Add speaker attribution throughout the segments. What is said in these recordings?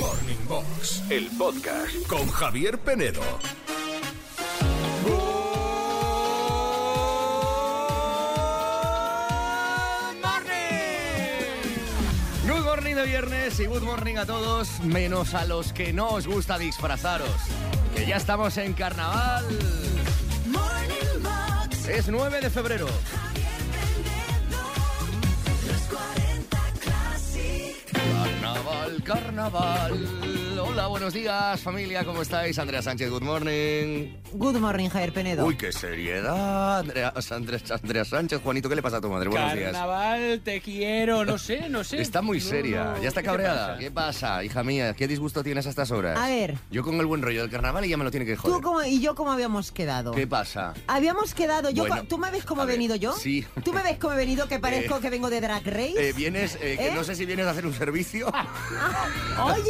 Speaker 1: Morning Box, el podcast con Javier Penedo.
Speaker 2: Good morning de viernes y good morning a todos, menos a los que no os gusta disfrazaros. Que ya estamos en carnaval.
Speaker 3: Morning Box,
Speaker 2: Es 9 de febrero.
Speaker 3: Javier Penedo, los 40 Classic.
Speaker 2: Carnaval, carnaval. Hola, buenos días, familia, ¿cómo estáis? Andrea Sánchez, good morning.
Speaker 4: Good morning, Javier Penedo.
Speaker 2: Uy, qué seriedad. Andrea, Andrea, Andrea Sánchez, Juanito, ¿qué le pasa a tu madre? Buenos días.
Speaker 5: Carnaval, te quiero, no sé, no sé.
Speaker 2: Está muy
Speaker 5: No,
Speaker 2: seria,
Speaker 5: no,
Speaker 2: ya está
Speaker 5: ¿qué te
Speaker 2: cabreada.
Speaker 5: pasa?
Speaker 2: ¿Qué pasa, hija mía? ¿Qué disgusto tienes a estas horas?
Speaker 4: A ver.
Speaker 2: Yo con el buen rollo del carnaval y ya me lo tiene que
Speaker 4: Tú
Speaker 2: joder.
Speaker 4: como, y yo cómo habíamos quedado.
Speaker 2: ¿Qué pasa?
Speaker 4: Habíamos quedado, yo,
Speaker 2: Bueno,
Speaker 4: co- ¿tú me ves cómo
Speaker 2: a
Speaker 4: he
Speaker 2: ver,
Speaker 4: venido yo?
Speaker 2: sí.
Speaker 4: ¿Tú me ves cómo he venido que parezco
Speaker 2: Eh,
Speaker 4: que vengo de Drag Race?
Speaker 2: Eh, vienes, eh, que
Speaker 4: ¿Eh?
Speaker 2: no sé si vienes a hacer un servicio.
Speaker 4: Oye,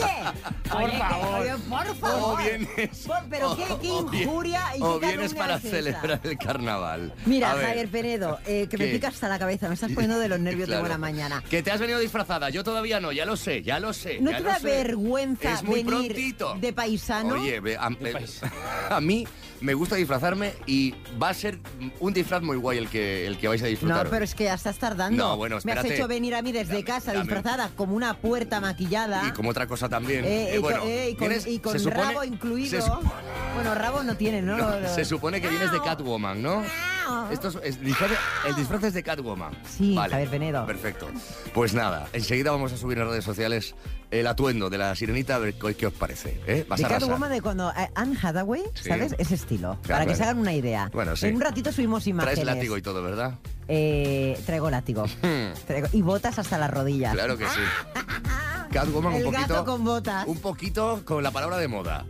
Speaker 5: Por
Speaker 4: Oye, que-
Speaker 5: favor.
Speaker 4: oye, por favor.
Speaker 2: O vienes.
Speaker 4: Por- pero qué, qué
Speaker 2: o- o bien-
Speaker 4: injuria y
Speaker 2: O
Speaker 4: qué
Speaker 2: vienes
Speaker 4: calumnia
Speaker 2: para
Speaker 4: es esa.
Speaker 2: celebrar el carnaval.
Speaker 4: Mira,
Speaker 2: A ver,
Speaker 4: Javier Penedo, eh, que me
Speaker 2: ¿Qué?
Speaker 4: pica hasta la cabeza, me estás poniendo de los nervios
Speaker 2: claro.
Speaker 4: de buena mañana.
Speaker 2: Que te has venido disfrazada, yo todavía no, ya lo sé, ya lo sé.
Speaker 4: ¿No
Speaker 2: ya
Speaker 4: te
Speaker 2: lo
Speaker 4: da
Speaker 2: sé.
Speaker 4: vergüenza
Speaker 2: Es muy
Speaker 4: venir
Speaker 2: prontito.
Speaker 4: de paisano?
Speaker 2: Oye, ve- a, eh,
Speaker 5: paisano.
Speaker 2: a mí me gusta disfrazarme y va a ser un disfraz muy guay el que, el que vais a disfrutar.
Speaker 4: No,
Speaker 2: hoy.
Speaker 4: pero es que ya estás tardando.
Speaker 2: No, bueno,
Speaker 4: Me
Speaker 2: espérate.
Speaker 4: has hecho venir a mí desde
Speaker 2: Dame,
Speaker 4: casa
Speaker 2: dame.
Speaker 4: disfrazada como una puerta maquillada.
Speaker 2: Y como otra cosa también.
Speaker 4: Eh,
Speaker 2: Eh,
Speaker 4: y,
Speaker 2: bueno,
Speaker 4: con, eh, y con-
Speaker 2: vienes-
Speaker 4: y con
Speaker 2: se supone-
Speaker 4: rabo incluido.
Speaker 2: se supo-
Speaker 4: Bueno, rabo no tiene, ¿no?
Speaker 2: no,
Speaker 4: Lo-
Speaker 2: se supone que vienes de Catwoman, ¿no?
Speaker 4: Miau.
Speaker 2: Esto es, es disfraz- el disfraz es de Catwoman.
Speaker 4: Sí, Javier Penedo.
Speaker 2: Perfecto. Pues nada, enseguida vamos a subir en redes sociales el atuendo de la sirenita a ver qué, qué os parece. ¿eh? Vas
Speaker 4: De
Speaker 2: a arrasar.
Speaker 4: Catwoman de cuando eh, Anne Hathaway,
Speaker 2: Sí.
Speaker 4: ¿sabes? Ese estilo.
Speaker 2: Claro,
Speaker 4: para que se
Speaker 2: claro.
Speaker 4: hagan una idea.
Speaker 2: Bueno, sí.
Speaker 4: En un ratito subimos imágenes.
Speaker 2: Traes látigo y todo, ¿verdad?
Speaker 4: Eh, traigo látigo. Traigo- y botas hasta las rodillas. Ah,
Speaker 2: Claro que sí. Catwoman
Speaker 4: El
Speaker 2: un poquito.
Speaker 4: gato con botas.
Speaker 2: Un poquito con la palabra de moda.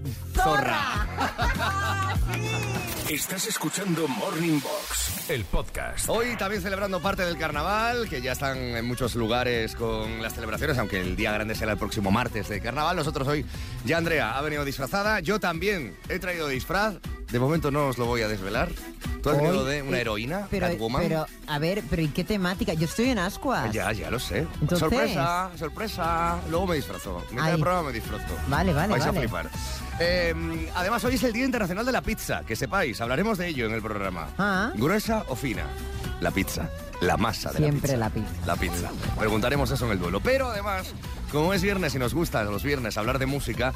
Speaker 1: Estás escuchando Morning Box, el podcast.
Speaker 2: Hoy también celebrando parte del carnaval, que ya están en muchos lugares con las celebraciones, aunque el día grande será el próximo martes de carnaval. Nosotros hoy, ya Andrea ha venido disfrazada, yo también he traído disfraz. De momento no os lo voy a desvelar. ¿Tú has
Speaker 4: Hoy,
Speaker 2: venido de una
Speaker 4: eh,
Speaker 2: heroína,
Speaker 4: Pero,
Speaker 2: Catwoman?
Speaker 4: pero, a ver, pero ¿y qué temática? Yo estoy en ascuas.
Speaker 2: Ya, ya lo sé.
Speaker 4: Entonces-
Speaker 2: Sorpresa, sorpresa. Luego me disfrazó. Mitad
Speaker 4: Ay.
Speaker 2: del programa me disfrazó.
Speaker 4: Vale, vale,
Speaker 2: Vais
Speaker 4: vale.
Speaker 2: a flipar. Eh, además, hoy es el Día Internacional de la Pizza. Que sepáis, hablaremos de ello en el programa.
Speaker 4: Ah.
Speaker 2: ¿Gruesa o fina? La pizza. La masa de
Speaker 4: Siempre
Speaker 2: la
Speaker 4: la
Speaker 2: pizza.
Speaker 4: pizza.
Speaker 2: La pizza. Preguntaremos eso en el duelo. Pero además, como es viernes y nos gusta los viernes hablar de música,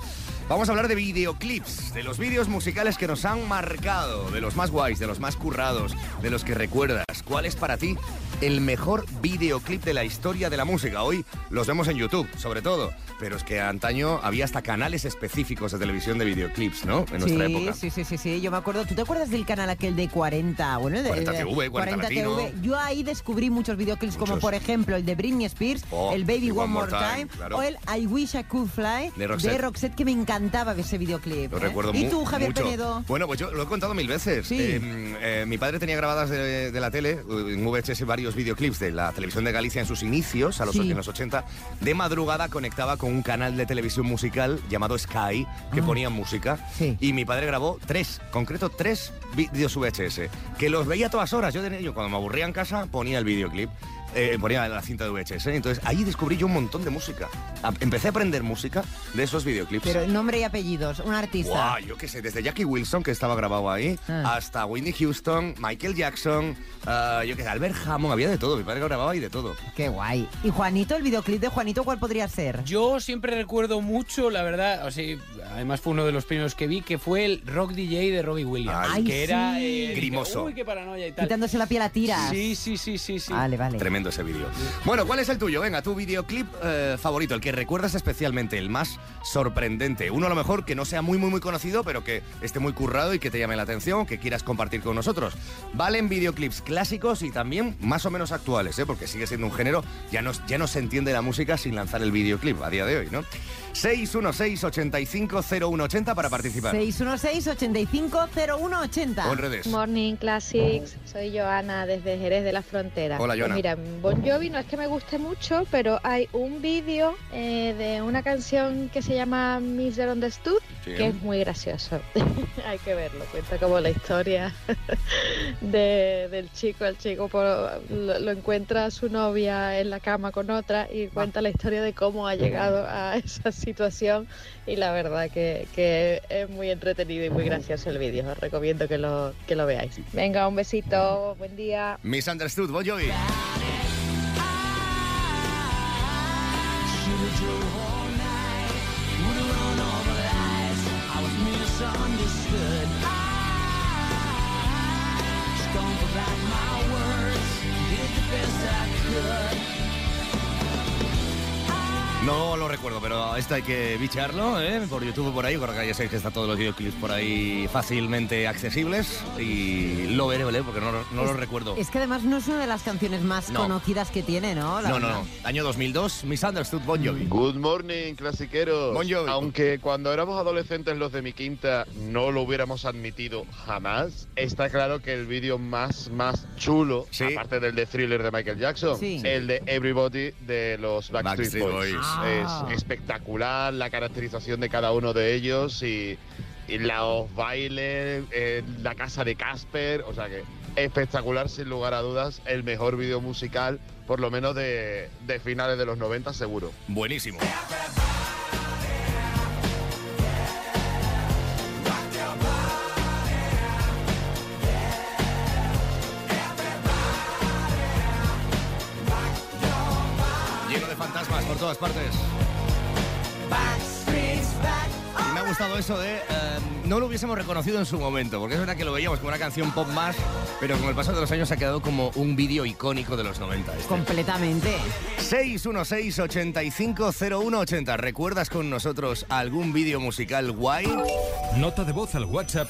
Speaker 2: vamos a hablar de videoclips, de los vídeos musicales que nos han marcado, de los más guays, de los más currados, de los que recuerdas. ¿Cuál es para ti el mejor videoclip de la historia de la música? Hoy los vemos en YouTube, sobre todo. Pero es que antaño había hasta canales específicos de televisión de videoclips, ¿no? En nuestra
Speaker 4: sí,
Speaker 2: época.
Speaker 4: Sí, sí, sí, sí, yo me acuerdo. ¿Tú te acuerdas del canal aquel de 40? Bueno, de,
Speaker 2: 40
Speaker 4: de-
Speaker 2: TV, 40 Latino.
Speaker 4: Yo ahí descubrí muchos videoclips, como
Speaker 2: Muchos.
Speaker 4: por ejemplo el de Britney Spears,
Speaker 2: Oh,
Speaker 4: el Baby
Speaker 2: y
Speaker 4: One, More Time,
Speaker 2: claro.
Speaker 4: o el I Wish I Could Fly
Speaker 2: De Roxette.
Speaker 4: que me encantaba ese videoclip.
Speaker 2: Lo
Speaker 4: ¿eh?
Speaker 2: recuerdo
Speaker 4: ¿Y
Speaker 2: mu-
Speaker 4: tú, Javier
Speaker 2: mucho.
Speaker 4: Penedo?
Speaker 2: Bueno, pues yo lo he contado mil veces.
Speaker 4: Sí.
Speaker 2: Eh, mm, eh, mi padre tenía grabadas de, de la tele, eh, en VHS, varios videoclips de la televisión de Galicia en sus inicios, a los,
Speaker 4: Sí.
Speaker 2: en los 80. De madrugada conectaba con un canal de televisión musical llamado Sky, que ponía música.
Speaker 4: Ah. Sí.
Speaker 2: Y mi padre grabó tres, concreto tres vídeos VHS, que los veía a todas horas. Yo, tenía- yo cuando me aburría en casa ponía el videoclip. eh, ponía la cinta de VHS, entonces ahí descubrí yo un montón de música. A- Empecé a aprender música de esos videoclips.
Speaker 4: Pero nombre y apellidos, un artista.
Speaker 2: Guau, yo qué sé, desde Jackie Wilson, que estaba grabado ahí,
Speaker 4: Ah.
Speaker 2: hasta Whitney Houston, Michael Jackson, ah, yo qué sé, Albert Hammond, había de todo, mi padre grababa y de todo.
Speaker 4: Qué guay. ¿Y Juanito, el videoclip de Juanito, cuál podría ser?
Speaker 5: Yo siempre recuerdo mucho, la verdad, o sea, además fue uno de los primeros que vi, que fue el rock DJ de Robbie Williams.
Speaker 2: Ay,
Speaker 5: que era
Speaker 4: sí.
Speaker 5: eh, dije,
Speaker 2: Grimoso.
Speaker 5: Uy, qué paranoia y tal.
Speaker 4: Quitándose la piel a tiras.
Speaker 5: Sí, sí, sí, sí, sí.
Speaker 4: Vale, vale.
Speaker 2: Tremendo ese vídeo. Bueno, ¿cuál es el tuyo? Venga, tu videoclip eh, favorito, el que recuerdas especialmente, el más sorprendente. Uno a lo mejor que no sea muy, muy, muy conocido, pero que esté muy currado y que te llame la atención, que quieras compartir con nosotros. Valen videoclips clásicos y también más o menos actuales, ¿eh? porque sigue siendo un género, ya no, ya no se entiende la música sin lanzar el videoclip a día de hoy, ¿no? 616-850180 para participar.
Speaker 4: 616-850180.
Speaker 2: O en redes.
Speaker 6: Morning Classics, soy Joana desde Jerez de la Frontera.
Speaker 2: Hola,
Speaker 6: Pues
Speaker 2: Joana.
Speaker 6: mira, Bon Jovi no es que me guste mucho, pero hay un vídeo eh, de una canción que se llama Mr. Understood,
Speaker 2: Sí.
Speaker 6: que es muy gracioso. hay que verlo, cuenta como la historia de- del chico. El chico por- lo, lo
Speaker 2: Ah.
Speaker 6: encuentra su novia en la cama con otra y cuenta la historia de cómo ha llegado a esa situación y la verdad que, que es muy entretenido y muy gracioso el vídeo. Os recomiendo que lo, que lo veáis. Venga, un besito, buen día.
Speaker 2: Misunderstood, Bon Jovi. No lo recuerdo, pero esto hay que bicharlo, ¿eh? Por YouTube, por ahí. Creo que ya sabéis que está todos los videoclips por ahí fácilmente accesibles. Y lo veré, ¿vale? Porque no, no lo
Speaker 4: Es-
Speaker 2: recuerdo.
Speaker 4: Es que además no es una de las canciones más
Speaker 2: No.
Speaker 4: conocidas que tiene, ¿no? La
Speaker 2: No, no,
Speaker 4: verdad.
Speaker 2: no. Año 2002, Misunderstood, Bon Jovi.
Speaker 7: Good morning, clasiqueros.
Speaker 2: Bon Jovi.
Speaker 7: Aunque cuando éramos adolescentes los de mi quinta no lo hubiéramos admitido jamás, está claro que el vídeo más, más chulo,
Speaker 2: Sí.
Speaker 7: aparte del de Thriller de Michael Jackson,
Speaker 4: Sí.
Speaker 7: el de Everybody de los Backstreet,
Speaker 2: Backstreet
Speaker 7: Boys.
Speaker 2: Boys.
Speaker 4: Ah.
Speaker 7: Es espectacular la caracterización de cada uno de ellos y, y los bailes, eh, la casa de Casper, o sea que espectacular sin lugar a dudas, el mejor vídeo musical, por lo menos de, de finales de los 90 seguro.
Speaker 2: Buenísimo. Lleno de fantasmas por todas partes. Y Me ha gustado eso de... eh, no lo hubiésemos reconocido en su momento, porque es verdad que lo veíamos como una canción pop más, pero con el paso de los años se ha quedado como un vídeo icónico de los 90. este.
Speaker 4: Completamente.
Speaker 2: 616-850180. ¿Recuerdas con nosotros algún vídeo musical guay?
Speaker 1: Nota de voz al WhatsApp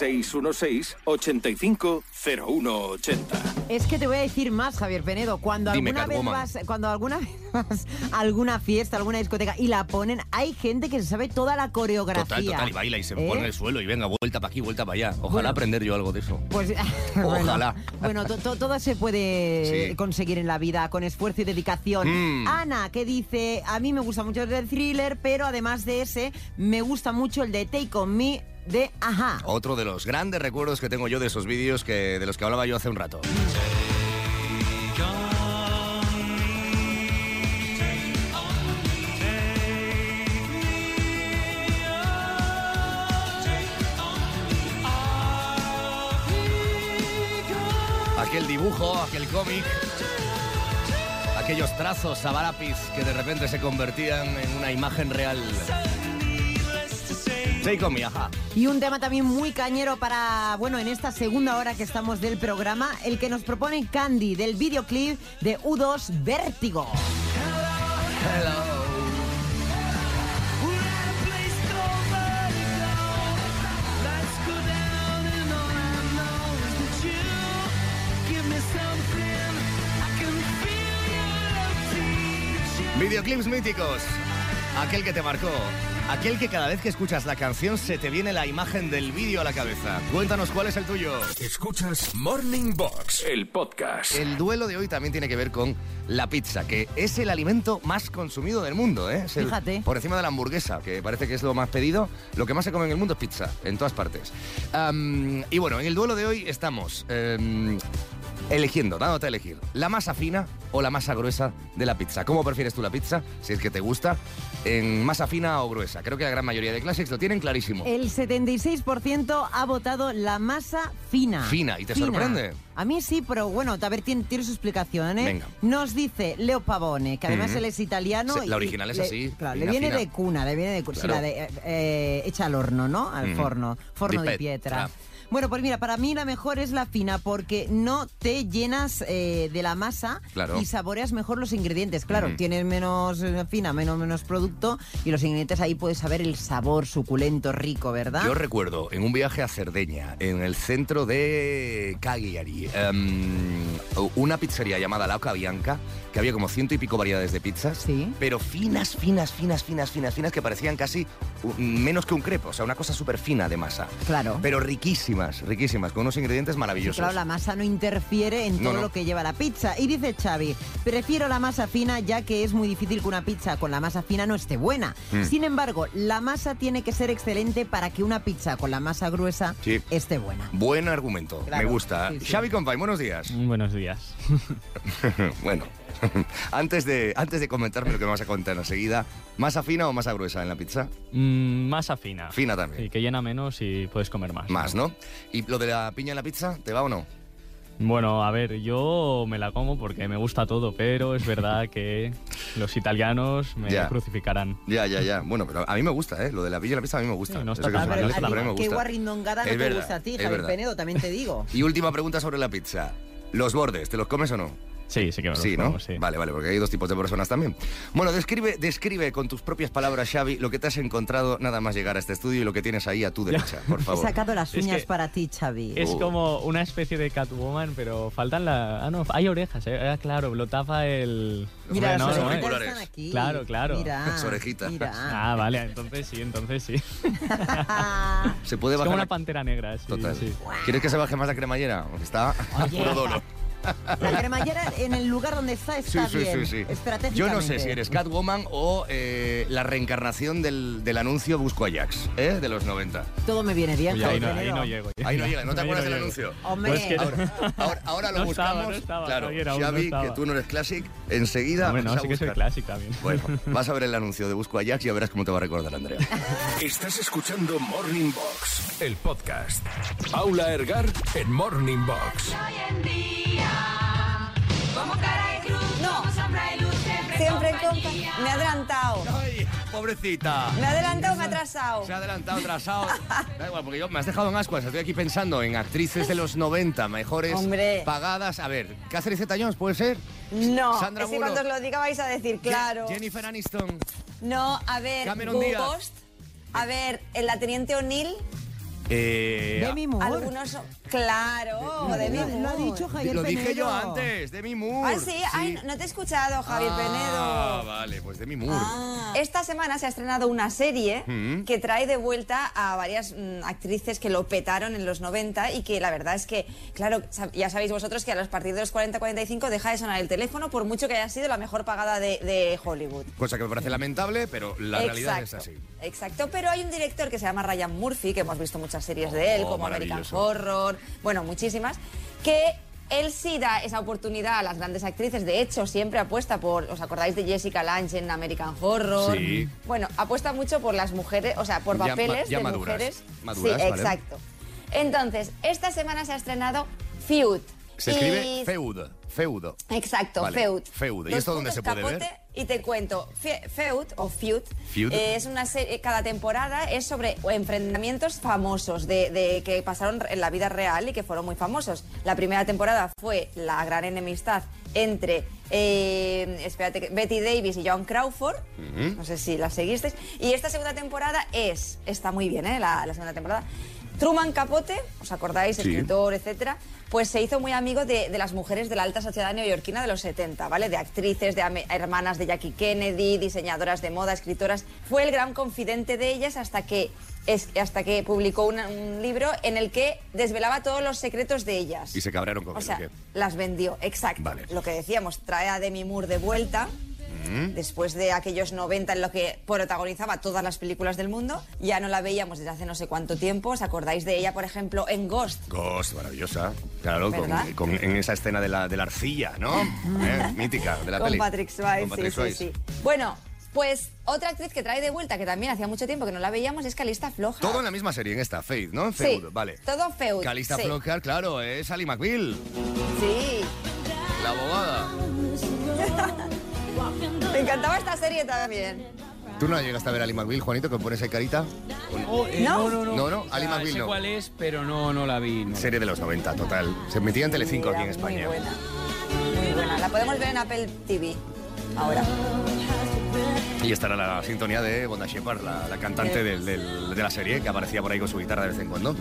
Speaker 1: 616-850180.
Speaker 4: Es que te voy a decir más, Javier Penedo. Cuando
Speaker 2: Dime,
Speaker 4: alguna vez
Speaker 2: Catwoman.
Speaker 4: vas, cuando alguna vez vas a alguna fiesta, alguna discoteca y la ponen, hay gente que se sabe toda la coreografía.
Speaker 2: Total, total, y baila y se
Speaker 4: ¿Eh?
Speaker 2: pone en el suelo y venga, vuelta para aquí, vuelta para allá. Ojalá
Speaker 4: Bueno.
Speaker 2: aprender yo algo de eso.
Speaker 4: Pues
Speaker 2: Ojalá.
Speaker 4: Bueno, to- to- todo se puede
Speaker 2: Sí.
Speaker 4: conseguir en la vida con esfuerzo y dedicación.
Speaker 2: Mm.
Speaker 4: Ana, que dice, a mí me gusta mucho el de thriller, pero además de ese, me gusta mucho el de Take On Me de Ajá.
Speaker 2: Otro de los grandes recuerdos que tengo yo de esos vídeos que, de los que hablaba yo hace un rato. Aquel dibujo, aquel cómic, aquellos trazos a lápiz que de repente se convertían en una imagen real. Take on me, ajá.
Speaker 4: Y un tema también muy cañero para, bueno, en esta segunda hora que estamos del programa, el que nos propone Candy del videoclip de U2 Vértigo.
Speaker 2: Videoclips míticos. Aquel que te marcó. Aquel que cada vez que escuchas la canción se te viene la imagen del vídeo a la cabeza. Cuéntanos cuál es el tuyo.
Speaker 1: Escuchas Morning Box, el podcast.
Speaker 2: El duelo de hoy también tiene que ver con la pizza, que es el alimento más consumido del mundo, ¿eh? Es el-
Speaker 4: Fíjate.
Speaker 2: Por encima de la hamburguesa, que parece que es lo más pedido. Lo que más se come en el mundo es pizza, en todas partes. Am, y bueno, en el duelo de hoy estamos em, eligiendo, dándote a elegir, la masa fina o la masa gruesa de la pizza. ¿Cómo prefieres tú la pizza, si es que te gusta, en masa fina o gruesa? Creo que la gran mayoría de Classics lo tienen clarísimo.
Speaker 4: El 76% ha votado la masa fina.
Speaker 2: Fina, ¿y te sorprende?
Speaker 4: A mí sí, pero bueno, a ver, tiene, tiene su explicación, ¿eh?
Speaker 2: Venga.
Speaker 4: Nos dice Leo Pavone, que además
Speaker 2: Mm.
Speaker 4: él es italiano.
Speaker 2: Se- la
Speaker 4: y-
Speaker 2: original es
Speaker 4: le-
Speaker 2: así,
Speaker 4: Claro,
Speaker 2: fina,
Speaker 4: le viene
Speaker 2: fina.
Speaker 4: de cuna, le viene de cuna.
Speaker 2: Claro.
Speaker 4: la de, eh, eh, hecha al horno, ¿no? Al
Speaker 2: Mm.
Speaker 4: forno, forno
Speaker 2: Di Petra.
Speaker 4: de piedra. Bueno, pues mira, para mí la mejor es la fina porque no te llenas eh, de la masa
Speaker 2: Claro.
Speaker 4: y saboreas mejor los ingredientes. Claro,
Speaker 2: Mm.
Speaker 4: tienes menos eh, fina, menos, menos producto y los ingredientes ahí puedes saber el sabor suculento, rico, ¿verdad?
Speaker 2: Yo recuerdo en un viaje a Cerdeña, en el centro de Cagliari, em, una pizzería llamada La Oca Bianca, que había como ciento y pico variedades de pizzas,
Speaker 4: Sí.
Speaker 2: pero finas, finas, finas, finas, finas, finas, que parecían casi u- menos que un crepe, o sea, una cosa súper fina de masa.
Speaker 4: Claro.
Speaker 2: Pero riquísimas, riquísimas, con unos ingredientes
Speaker 4: Sí,
Speaker 2: maravillosos.
Speaker 4: claro, la masa no interfiere en
Speaker 2: No,
Speaker 4: todo
Speaker 2: no.
Speaker 4: lo que lleva la pizza. Y dice Xavi, Curry. Prefiero la masa fina ya que es muy difícil que una pizza con la masa fina no esté buena.
Speaker 2: Mm.
Speaker 4: Sin embargo, la masa tiene que ser excelente para que una pizza con la masa gruesa
Speaker 2: Sí.
Speaker 4: esté buena.
Speaker 2: Buen argumento,
Speaker 4: Claro,
Speaker 2: me gusta.
Speaker 4: sí, sí.
Speaker 2: Xavi Compay, buenos días.
Speaker 8: Mm, Buenos días.
Speaker 2: bueno, antes de, antes de comentarme lo que me vas a contar enseguida, ¿masa fina o masa gruesa en la pizza?
Speaker 8: Mm, masa fina.
Speaker 2: Fina también.
Speaker 8: Sí, que llena menos y puedes comer más.
Speaker 2: Más, ¿no? ¿Y lo de la piña en la pizza, te va o no?
Speaker 8: Bueno, a ver, yo me la como porque me gusta todo, pero es verdad que los italianos me
Speaker 2: Ya.
Speaker 8: crucificarán.
Speaker 2: Ya, ya, ya. Bueno, pero a mí me gusta, ¿eh? Lo de la piña en la pizza a mí me gusta.
Speaker 8: Sí, no
Speaker 2: Eso
Speaker 8: está
Speaker 2: que
Speaker 8: tan
Speaker 2: es
Speaker 8: mal,
Speaker 2: verdad,
Speaker 8: no está
Speaker 2: pero a
Speaker 8: tan
Speaker 2: mí me
Speaker 8: mal.
Speaker 4: Qué
Speaker 2: gusta.
Speaker 4: guarrindongada no
Speaker 2: Es
Speaker 4: te
Speaker 2: verdad,
Speaker 4: gusta a ti,
Speaker 2: es
Speaker 4: Javier
Speaker 2: verdad.
Speaker 4: Penedo, también te digo.
Speaker 2: Y última pregunta sobre la pizza. Los bordes, ¿te los comes o no?
Speaker 8: Sí, sí que me los
Speaker 2: sí, ¿no?
Speaker 8: como, sí.
Speaker 2: Vale, vale, porque hay dos tipos de personas también. Bueno, describe, describe con tus propias palabras, Xavi, lo que te has encontrado nada más llegar a este estudio y lo que tienes ahí a tu derecha, por
Speaker 4: He
Speaker 2: favor.
Speaker 4: sacado las
Speaker 8: Es
Speaker 4: uñas
Speaker 8: que-
Speaker 4: para ti, Xavi.
Speaker 8: Es
Speaker 2: Oh.
Speaker 8: como una especie de Catwoman, pero faltan la... Ah, no, hay orejas, eh. Ah, claro, lo tapa el...
Speaker 4: Mira,
Speaker 8: Hombre,
Speaker 2: no,
Speaker 4: las
Speaker 2: no,
Speaker 4: orejitas
Speaker 2: auriculares.
Speaker 4: están aquí.
Speaker 8: Claro, claro.
Speaker 4: Mira,
Speaker 2: Las orejitas.
Speaker 4: Mira.
Speaker 8: Ah, vale, entonces sí, entonces sí. Es Ah.
Speaker 2: Se puede bajar
Speaker 8: como una
Speaker 2: la-
Speaker 8: pantera negra, sí,
Speaker 2: Total.
Speaker 8: sí.
Speaker 2: ¿Quieres que se baje más la cremallera? Porque está a
Speaker 4: Ah, Oye,
Speaker 2: puro dolo.
Speaker 4: La cremallera en el lugar donde está
Speaker 2: Sí,
Speaker 4: está
Speaker 2: sí, sí,
Speaker 4: bien.
Speaker 2: sí.
Speaker 4: estratégicamente.
Speaker 2: Yo no sé si eres Catwoman o eh, la reencarnación del, del anuncio Busco a Jax, ¿eh? De los 90.
Speaker 4: Todo me viene bien,
Speaker 8: Oye,
Speaker 4: Javi
Speaker 8: ahí, no, ahí
Speaker 4: Penedo.
Speaker 8: no llego. eh.
Speaker 2: Ahí no llega, ¿no te
Speaker 8: Ahí
Speaker 2: acuerdas del
Speaker 8: llego.
Speaker 2: anuncio?
Speaker 4: Hombre,
Speaker 8: Pues que-
Speaker 2: Ahora, ahora, ahora lo
Speaker 8: No estaba,
Speaker 2: buscamos.
Speaker 8: no estaba,
Speaker 2: claro,
Speaker 8: Javier, aún no
Speaker 2: Xavi,
Speaker 8: estaba.
Speaker 2: que tú no eres classic, enseguida
Speaker 8: Hombre, no,
Speaker 2: vas a
Speaker 8: sí que soy
Speaker 2: buscar.
Speaker 8: clásico también.
Speaker 2: Bueno, vas a ver el anuncio de Busco a Jax y ya verás cómo te va a recordar Andrea.
Speaker 1: Estás escuchando Morning Box, el podcast. Paula Ergar en Morning Box.
Speaker 9: Siempre compa. Me he adelantado.
Speaker 2: ¡Ay, pobrecita!
Speaker 9: Me he adelantado, me he atrasado.
Speaker 2: Se ha adelantado, atrasado. Da igual, porque yo me has dejado en ascuas. Estoy aquí pensando en actrices de los 90 mejores
Speaker 9: Hombre.
Speaker 2: pagadas. A ver, Cáceres Zeta-Jones, ¿puede ser?
Speaker 9: No,
Speaker 2: Sandra
Speaker 9: es que
Speaker 2: Bullock.
Speaker 9: cuando os lo diga vais a decir, claro.
Speaker 2: Je- Jennifer Aniston.
Speaker 9: No, a ver,
Speaker 2: Cameron
Speaker 9: Go
Speaker 2: Díaz.
Speaker 9: Ghost, a ver, en la Teniente O'Neill,
Speaker 2: Eh,
Speaker 4: Demi Moore.
Speaker 9: algunos... son- Claro, de
Speaker 4: Lo- Lo ha dicho Javier
Speaker 2: lo
Speaker 4: Penedo.
Speaker 2: dije yo antes, Demi Moore.
Speaker 9: Ah, sí, Ay, no te he escuchado, Javier
Speaker 2: Ah,
Speaker 9: Penedo. Ah.
Speaker 2: vale, pues Demi Moore.
Speaker 9: Esta semana se ha estrenado una serie
Speaker 2: Mm.
Speaker 9: que trae de vuelta a varias mm, actrices que lo petaron en los 90 y que la verdad es que, claro, sab- ya sabéis vosotros que a los partidos de los 40-45 deja de sonar el teléfono por mucho que haya sido la mejor pagada de, de Hollywood.
Speaker 2: Cosa que me parece lamentable, pero la realidad es así.
Speaker 9: Exacto, pero hay un director que se llama Ryan Murphy, que hemos visto muchas series de él,
Speaker 2: Oh,
Speaker 9: como American
Speaker 2: maravilloso.
Speaker 9: Horror, bueno, muchísimas, que él sí da esa oportunidad a las grandes actrices. De hecho, siempre apuesta por, ¿os acordáis de Jessica Lange en American Horror?
Speaker 2: Sí.
Speaker 9: Bueno, apuesta mucho por las mujeres, o sea, por
Speaker 2: Ya ma-
Speaker 9: papeles
Speaker 2: ya
Speaker 9: de
Speaker 2: maduras.
Speaker 9: mujeres.
Speaker 2: Maduras,
Speaker 9: sí,
Speaker 2: vale.
Speaker 9: exacto. Entonces, esta semana se ha estrenado Feud.
Speaker 2: Se
Speaker 9: Y-
Speaker 2: escribe feud, feudo.
Speaker 9: Exacto,
Speaker 2: Vale,
Speaker 9: Feud.
Speaker 2: Feud. ¿Y
Speaker 9: Los
Speaker 2: esto dónde
Speaker 9: puntos
Speaker 2: se puede ver?
Speaker 9: capote Y te cuento, Fe- Feud o Feud,
Speaker 2: Feud.
Speaker 9: eh, es una serie, cada temporada es sobre enfrentamientos famosos de, de que pasaron en la vida real y que fueron muy famosos. La primera temporada fue la gran enemistad entre, eh, espérate, que- Betty Davis y John Crawford, no sé si la seguisteis, y esta segunda temporada es, está muy bien, ¿eh? la, la segunda temporada. Truman Capote, ¿os acordáis? Escritor, etcétera, pues se hizo muy amigo de, de las mujeres de la alta sociedad neoyorquina de los 70, ¿vale? De actrices, de ame- hermanas de Jackie Kennedy, diseñadoras de moda, escritoras. Fue el gran confidente de ellas hasta que, es- hasta que publicó una- un libro en el que desvelaba todos los secretos de ellas.
Speaker 2: Y se cabraron con
Speaker 9: O
Speaker 2: él, ¿o
Speaker 9: sea,
Speaker 2: qué?
Speaker 9: las vendió, exacto.
Speaker 2: Vale.
Speaker 9: Lo que decíamos, trae a Demi Moore de vuelta. Después de aquellos 90 en los que protagonizaba todas las películas del mundo, ya no la veíamos desde hace no sé cuánto tiempo. ¿Os acordáis de ella, por ejemplo, en Ghost?
Speaker 2: Ghost, maravillosa. Claro, con,
Speaker 9: ¿Verdad? Mm.
Speaker 2: con- en esa escena de la, de la arcilla, ¿no? ¿Eh? Mítica, de la
Speaker 9: Con
Speaker 2: peli.
Speaker 9: Patrick Swayze,
Speaker 2: Con Patrick
Speaker 9: sí,
Speaker 2: Swayze.
Speaker 9: sí, sí. Bueno, pues otra actriz que trae de vuelta, que también hacía mucho tiempo que no la veíamos, es Calista Floja.
Speaker 2: Todo en la misma serie, en esta, Faith, ¿no? En
Speaker 9: Sí,
Speaker 2: Feud, vale.
Speaker 9: todo Feud,
Speaker 2: Calista
Speaker 9: sí.
Speaker 2: Flockhart, claro, es Ali McBeal,
Speaker 9: Sí.
Speaker 2: la abogada.
Speaker 9: Me encantaba esta serie también.
Speaker 2: ¿Tú no llegaste a ver a Ali McBeal, Juanito, que pone esa carita?
Speaker 5: Oh, eh,
Speaker 9: No.
Speaker 5: no, no, no.
Speaker 2: No, no, Ali
Speaker 5: O sea,
Speaker 2: McBeal
Speaker 5: sé
Speaker 2: no.
Speaker 5: cuál es, pero no, no la vi. no.
Speaker 2: Serie de los 90, total. Se metía en Telecinco
Speaker 9: Era
Speaker 2: aquí en España.
Speaker 9: Muy buena. Muy buena. La podemos ver en Apple TV ahora.
Speaker 2: Y estará la sintonía de Bonda Shepard, la, la cantante del- del- de la serie, que aparecía por ahí con su guitarra de vez en cuando.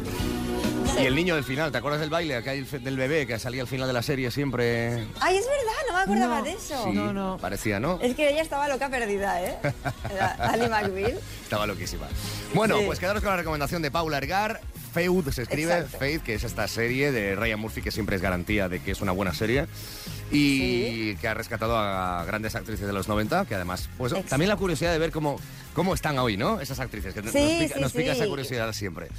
Speaker 2: Y el niño del final, ¿te acuerdas del baile que hay el fe- del bebé que salía al final de la serie siempre?
Speaker 9: Ay, es verdad, no me acordaba
Speaker 4: No.
Speaker 9: de eso.
Speaker 2: Sí,
Speaker 4: No, no.
Speaker 2: Parecía, ¿no?
Speaker 9: Es que ella estaba loca perdida, ¿eh? Era Ali McBeal.
Speaker 2: Estaba loquísima. Bueno,
Speaker 9: Sí.
Speaker 2: pues quedaros con la recomendación de Paula Ergar, Feud se escribe,
Speaker 9: Exacto.
Speaker 2: Faith, que es esta serie de Ryan Murphy que siempre es garantía de que es una buena serie y que ha rescatado a grandes actrices de los 90, que además, pues
Speaker 9: Exacto.
Speaker 2: también la curiosidad de ver cómo, cómo están hoy, ¿no? Esas actrices, que nos
Speaker 9: Sí,
Speaker 2: pica,
Speaker 9: sí,
Speaker 2: nos pica esa
Speaker 9: sí.
Speaker 2: curiosidad siempre.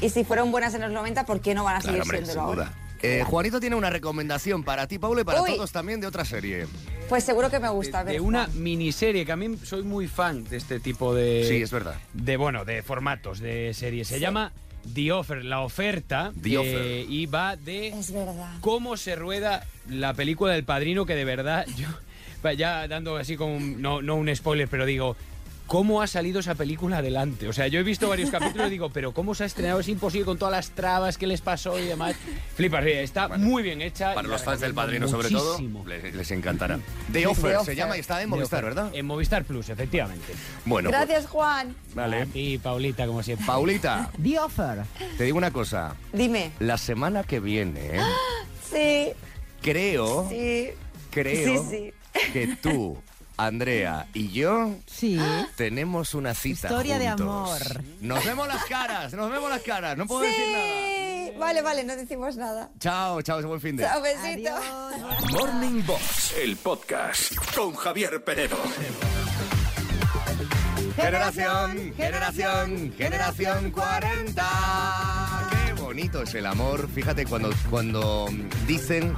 Speaker 9: Y si fueron buenas en los 90, ¿por qué no van a
Speaker 2: Claro,
Speaker 9: seguir
Speaker 2: hombre, sin
Speaker 9: siéndolo ahora?
Speaker 2: duda. Eh, Juanito tiene una recomendación para ti, Pablo, y para
Speaker 9: Uy.
Speaker 2: todos también de otra serie.
Speaker 9: Pues seguro que me
Speaker 5: De,
Speaker 9: gusta. a ver,
Speaker 5: de una
Speaker 9: Juan.
Speaker 5: miniserie, que a mí soy muy fan de este tipo
Speaker 8: Eh,
Speaker 5: de...
Speaker 2: sí, es verdad.
Speaker 5: de bueno, de formatos, de series. Se llama The Offer, la oferta. eh,
Speaker 2: The Offer.
Speaker 5: Y va de
Speaker 9: Es verdad.
Speaker 5: cómo se rueda la película del padrino, que de verdad, yo, va, ya dando así como, un- no, no un spoiler, pero digo, ¿cómo ha salido esa película adelante? O sea, yo he visto varios capítulos y digo, pero ¿cómo se ha estrenado? Es imposible con todas las trabas que les pasó y demás. Flipas, eh, está muy bien hecha.
Speaker 2: Para
Speaker 5: y
Speaker 2: los
Speaker 5: la
Speaker 2: fans del
Speaker 5: recomiendo
Speaker 2: Padrino, sobre todo,
Speaker 5: muchísimo.
Speaker 2: les, les encantará. The Offer se
Speaker 9: Offer.
Speaker 2: llama y está en
Speaker 5: The
Speaker 2: Movistar,
Speaker 5: Offer.
Speaker 8: Eh,
Speaker 2: ¿verdad?
Speaker 5: En Movistar Plus, efectivamente.
Speaker 2: Bueno, pues,
Speaker 9: Gracias, Juan.
Speaker 2: vale.
Speaker 5: Y Paulita, como siempre.
Speaker 2: Paulita,
Speaker 4: The Offer.
Speaker 2: te digo una cosa.
Speaker 9: Dime.
Speaker 2: La semana que viene,
Speaker 9: Sí,
Speaker 2: creo,
Speaker 9: sí.
Speaker 2: creo
Speaker 9: Sí,
Speaker 2: que tú, Andrea y yo
Speaker 4: Sí.
Speaker 9: Ah,
Speaker 2: tenemos una cita.
Speaker 4: Historia de
Speaker 2: juntos.
Speaker 4: amor.
Speaker 2: Nos vemos las caras, nos vemos las caras, no puedo decir nada.
Speaker 9: Sí. Vale, vale, no decimos nada.
Speaker 2: Chao, chao, buen fin de.
Speaker 9: Chao, besito.
Speaker 4: Adiós.
Speaker 1: Morning Box, el podcast con Javier Penedo.
Speaker 2: Generación, generación, generación 40. Qué bonito es el amor. Fíjate cuando, cuando dicen,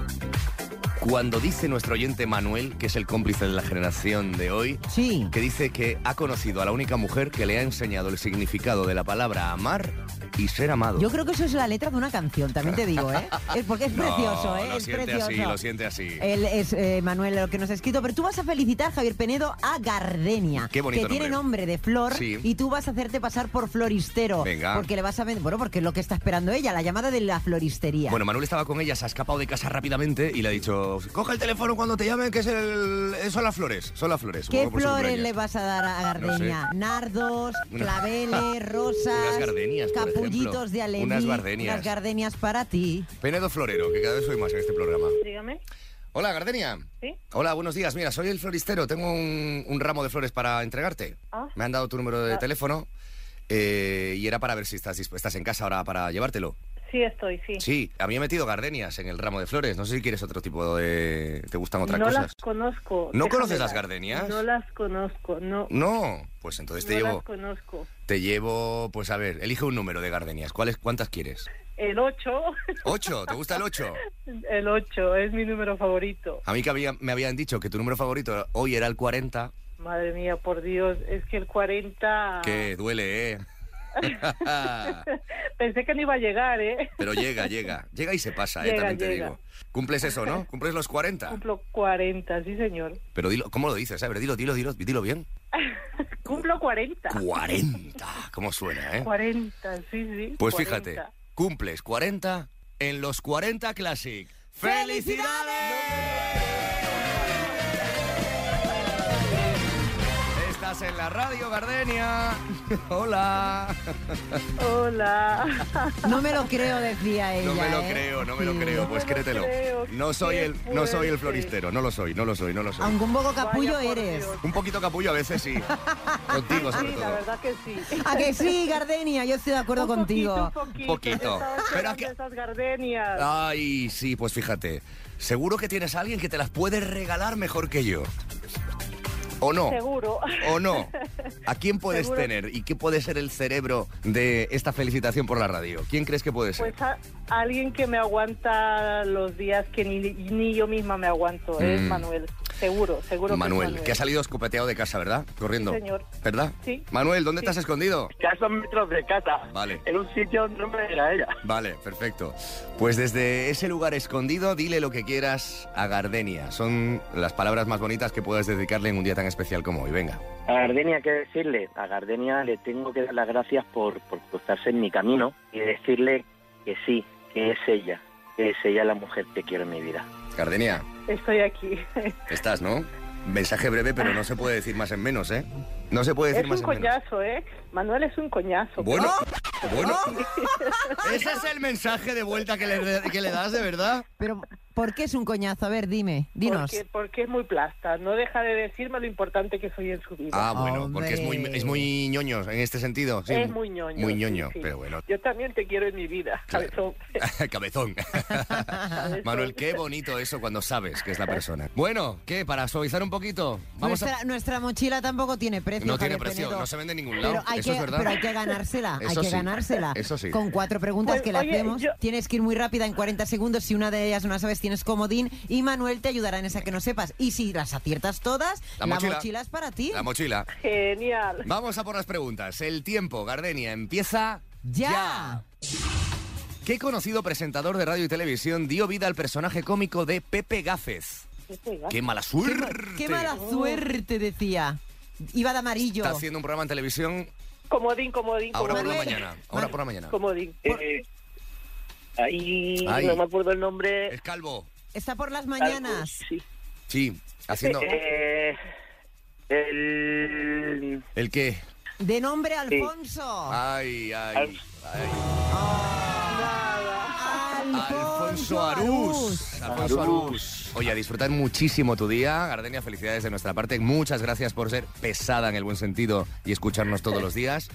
Speaker 2: cuando dice nuestro oyente Manuel, que es el cómplice de la generación de hoy,
Speaker 4: Sí.
Speaker 2: que dice que ha conocido a la única mujer que le ha enseñado el significado de la palabra amar y ser amado.
Speaker 4: Yo creo que eso es la letra de una canción, también te digo, ¿eh? Es porque es
Speaker 2: No,
Speaker 4: precioso, ¿eh?
Speaker 2: Lo
Speaker 4: es
Speaker 2: siente
Speaker 4: precioso.
Speaker 2: así, lo siente así.
Speaker 4: Él es eh, Manuel lo que nos ha escrito, pero tú vas a felicitar, Javier Penedo, a Gardenia.
Speaker 2: Qué bonito
Speaker 4: Que tiene
Speaker 2: nombre.
Speaker 4: nombre de flor
Speaker 2: Sí.
Speaker 4: y tú vas a hacerte pasar por floristero.
Speaker 2: Venga.
Speaker 4: Porque le vas a vender. Bueno, porque es lo que está esperando ella, la llamada de la floristería.
Speaker 2: Bueno, Manuel estaba con ella, se ha escapado de casa rápidamente y le ha dicho, coge el teléfono cuando te llamen, que es el... eh, son las flores, son las flores. pues
Speaker 4: ¿Qué
Speaker 2: supongo, por su
Speaker 4: flores
Speaker 2: cumpleaños.
Speaker 4: le vas a dar a Gardenia?
Speaker 2: No
Speaker 4: Nardos,
Speaker 2: Una-
Speaker 4: claveles, rosas,
Speaker 2: Unas gardenias, por ejemplo.
Speaker 4: capullitos de alelí,
Speaker 2: Unas gardenias.
Speaker 4: unas gardenias para ti.
Speaker 2: Penedo Florero, que cada vez soy más en este programa.
Speaker 10: Dígame.
Speaker 2: Hola, Gardenia.
Speaker 10: Sí.
Speaker 2: Hola, buenos días. Mira, soy el floristero. Tengo un, un ramo de flores para entregarte.
Speaker 10: Ah.
Speaker 2: Me han dado tu número de teléfono eh, y era para ver si estás dispuesta. Estás en casa ahora para llevártelo.
Speaker 10: Sí, estoy, sí.
Speaker 2: Sí, a mí he metido gardenias en el ramo de flores. No sé si quieres otro tipo de... ¿Te gustan otras
Speaker 10: no
Speaker 2: cosas?
Speaker 10: las conozco.
Speaker 2: ¿No
Speaker 10: déjame
Speaker 2: conoces las
Speaker 10: ver.
Speaker 2: gardenias?
Speaker 10: No las conozco, no.
Speaker 2: No, pues entonces te
Speaker 10: no
Speaker 2: llevo...
Speaker 10: las conozco.
Speaker 2: Te llevo... Pues a ver, elige un número de gardenias. ¿Cuáles, ¿Cuántas quieres?
Speaker 10: El 8,
Speaker 2: ¿Ocho? ¿Te gusta el ocho?
Speaker 10: el 8 es mi número favorito.
Speaker 2: A mí que había- me habían dicho que tu número favorito hoy era el 40.
Speaker 10: Madre mía, por Dios, es que el 40...
Speaker 2: Que duele, ¿eh?
Speaker 10: Pensé que no iba a llegar, ¿eh?
Speaker 2: Pero llega, llega. Llega y se pasa, ¿eh?
Speaker 10: Llega,
Speaker 2: También te
Speaker 10: llega.
Speaker 2: digo. Cumples eso, ¿no? Cumples los 40.
Speaker 10: Cumplo 40, sí, señor.
Speaker 2: Pero dilo, ¿cómo lo dices? A ver, dilo, dilo, dilo, dilo bien.
Speaker 10: Cumplo 40.
Speaker 2: 40. ¿Cómo suena, eh?
Speaker 10: 40, sí, sí.
Speaker 2: Pues
Speaker 10: 40.
Speaker 2: fíjate, cumples 40 en los 40 Classic. ¡Felicidades! Estás en la radio, Gardenia. Hola.
Speaker 10: Hola.
Speaker 4: No me lo creo, decía ella.
Speaker 2: No me lo
Speaker 4: ¿eh?
Speaker 2: creo, no me lo
Speaker 4: Sí.
Speaker 2: creo, pues
Speaker 10: No me lo
Speaker 2: créetelo.
Speaker 10: creo,
Speaker 2: No soy
Speaker 10: qué
Speaker 2: el no soy el
Speaker 10: fuerte.
Speaker 2: floristero, no lo soy, no lo soy, no lo soy.
Speaker 4: Aunque un poco capullo
Speaker 10: Vaya, por
Speaker 4: eres.
Speaker 10: Dios.
Speaker 2: Un poquito capullo a veces sí. Contigo sobre
Speaker 10: Sí, la
Speaker 2: todo.
Speaker 10: verdad que sí.
Speaker 4: A que sí, Gardenia, yo estoy de acuerdo
Speaker 10: Un
Speaker 4: contigo.
Speaker 10: Poquito, un poquito.
Speaker 2: Poquito.
Speaker 10: Estaba
Speaker 2: Pero Ah,
Speaker 10: esperando
Speaker 2: que-
Speaker 10: esas gardenias.
Speaker 2: Ay, sí, pues fíjate. Seguro que tienes a alguien que te las puede regalar mejor que yo. ¿O no?
Speaker 10: Seguro.
Speaker 2: ¿O no? ¿A quién puedes
Speaker 10: Seguro.
Speaker 2: tener y qué puede ser el cerebro de esta felicitación por la radio? ¿Quién crees que puede ser?
Speaker 10: Pues a- alguien que me aguanta los días que ni, ni yo misma me aguanto. Es
Speaker 2: Mm.
Speaker 10: Manuel. Seguro, Pues seguro.
Speaker 2: Manuel,
Speaker 10: que, es Manuel.
Speaker 2: que ha salido escopeteado de casa, ¿verdad? Corriendo.
Speaker 10: Sí, señor.
Speaker 2: ¿Verdad?
Speaker 10: Sí.
Speaker 2: Manuel, ¿dónde
Speaker 10: Sí.
Speaker 2: te has escondido?
Speaker 11: Ya son metros de casa.
Speaker 2: Vale.
Speaker 11: En un sitio donde no me era ella.
Speaker 2: Vale, perfecto. Pues desde ese lugar escondido, dile lo que quieras a Gardenia. Son las palabras más bonitas que puedas dedicarle en un día tan especial como hoy. Venga.
Speaker 11: A Gardenia, ¿qué decirle? A Gardenia le tengo que dar las gracias por, por cruzarse en mi camino y decirle que sí, que es ella, que es ella la mujer que quiero en mi vida.
Speaker 2: Gardenia,
Speaker 10: Estoy aquí.
Speaker 2: estás, ¿no? Mensaje breve, pero no se puede decir más en menos, ¿eh? No se puede decir
Speaker 10: Es
Speaker 2: más
Speaker 10: un
Speaker 2: en menos.
Speaker 10: coñazo, ¿eh? Manuel es un coñazo.
Speaker 2: Bueno, bueno. Ese es el mensaje de vuelta que le, que le das, de verdad.
Speaker 4: Pero ¿Por qué es un coñazo? A ver, dime, dinos.
Speaker 10: Porque, porque es muy plasta. No deja de decirme lo importante que soy en su vida.
Speaker 2: Ah, bueno, porque es muy, es muy ñoño en este sentido. sí.
Speaker 10: es muy ñoño.
Speaker 2: Muy
Speaker 10: sí,
Speaker 2: ñoño,
Speaker 10: sí.
Speaker 2: pero bueno.
Speaker 10: Yo también te quiero en mi vida, cabezón.
Speaker 2: Cabezón.
Speaker 4: Ah.
Speaker 2: Manuel, qué bonito eso cuando sabes que es la persona. Bueno, ¿qué? Para suavizar un poquito, vamos
Speaker 4: nuestra,
Speaker 2: a...
Speaker 4: nuestra mochila tampoco tiene precio.
Speaker 2: No tiene
Speaker 4: Javier
Speaker 2: precio,
Speaker 4: Penedo.
Speaker 2: no se vende en ningún lado.
Speaker 4: Pero hay,
Speaker 2: eso
Speaker 4: que,
Speaker 2: es verdad.
Speaker 4: pero hay que ganársela, hay
Speaker 2: Eso
Speaker 4: que
Speaker 2: sí,
Speaker 4: ganársela.
Speaker 2: Eso sí.
Speaker 4: Con cuatro preguntas
Speaker 10: Pues,
Speaker 4: que le
Speaker 10: oye,
Speaker 4: hacemos,
Speaker 10: yo-
Speaker 4: tienes que ir muy rápida en 40 segundos. Si una de ellas no la sabes, tienes comodín y Manuel te ayudará en esa que no sepas. Y si las aciertas todas,
Speaker 2: La
Speaker 4: la,
Speaker 2: mochila.
Speaker 4: mochila. es para ti.
Speaker 2: La mochila.
Speaker 10: Genial.
Speaker 2: Vamos a por las preguntas. El tiempo, Gardenia, empieza
Speaker 4: ¡Ya!
Speaker 2: ¿Qué conocido presentador de radio y televisión dio vida al personaje cómico de Pepe Gafes? ¡Qué mala suerte!
Speaker 4: ¡Qué mala suerte! Decía. Iba de amarillo.
Speaker 2: Está haciendo un programa en televisión
Speaker 10: Comodín, comodín,
Speaker 2: ahora por la
Speaker 10: comodín.
Speaker 2: mañana. Ahora por la mañana.
Speaker 10: Comodín.
Speaker 11: Eh, ahí
Speaker 2: Ay.
Speaker 11: no me acuerdo el nombre.
Speaker 2: Es calvo.
Speaker 4: Está por las mañanas.
Speaker 11: Sí.
Speaker 2: Sí, haciendo...
Speaker 11: Eh, el...
Speaker 2: ¿El qué?
Speaker 4: De nombre Alfonso.
Speaker 2: Ah. Ay, ay, ay. Alfonso
Speaker 4: Alfonso
Speaker 2: Arús. Alfonso Arús. Oye, a disfrutar muchísimo tu día. Gardenia, felicidades de nuestra parte. Muchas gracias por ser pesada en el buen sentido y escucharnos todos los días.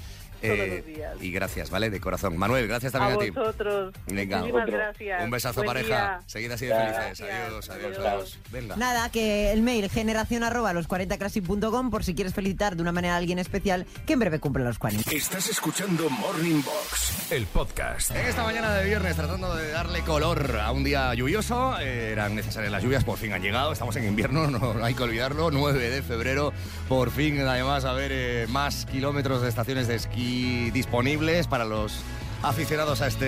Speaker 2: Eh,
Speaker 10: los días.
Speaker 2: Y gracias, ¿vale? De corazón. Manuel, gracias
Speaker 10: A
Speaker 2: también a, ti.
Speaker 10: vosotros.
Speaker 2: Venga.
Speaker 10: Muchísimas
Speaker 2: Otro.
Speaker 10: gracias.
Speaker 2: Un besazo,
Speaker 10: Buen
Speaker 2: pareja.
Speaker 10: día.
Speaker 2: Seguid así de felices. Adiós, adiós, adiós. Venga.
Speaker 4: Nada, que el mail generación arroba los 40classic.com por si quieres felicitar de una manera a alguien especial que en breve cumple los 40.
Speaker 1: Estás escuchando Morning Box, el podcast.
Speaker 2: En esta mañana de viernes, tratando de darle color a un día lluvioso, eh, eran necesarias las lluvias, por fin han llegado, estamos en invierno, no, no hay que olvidarlo, 9 de febrero, por fin además a ver eh, más kilómetros de estaciones de esquí disponibles para los aficionados a este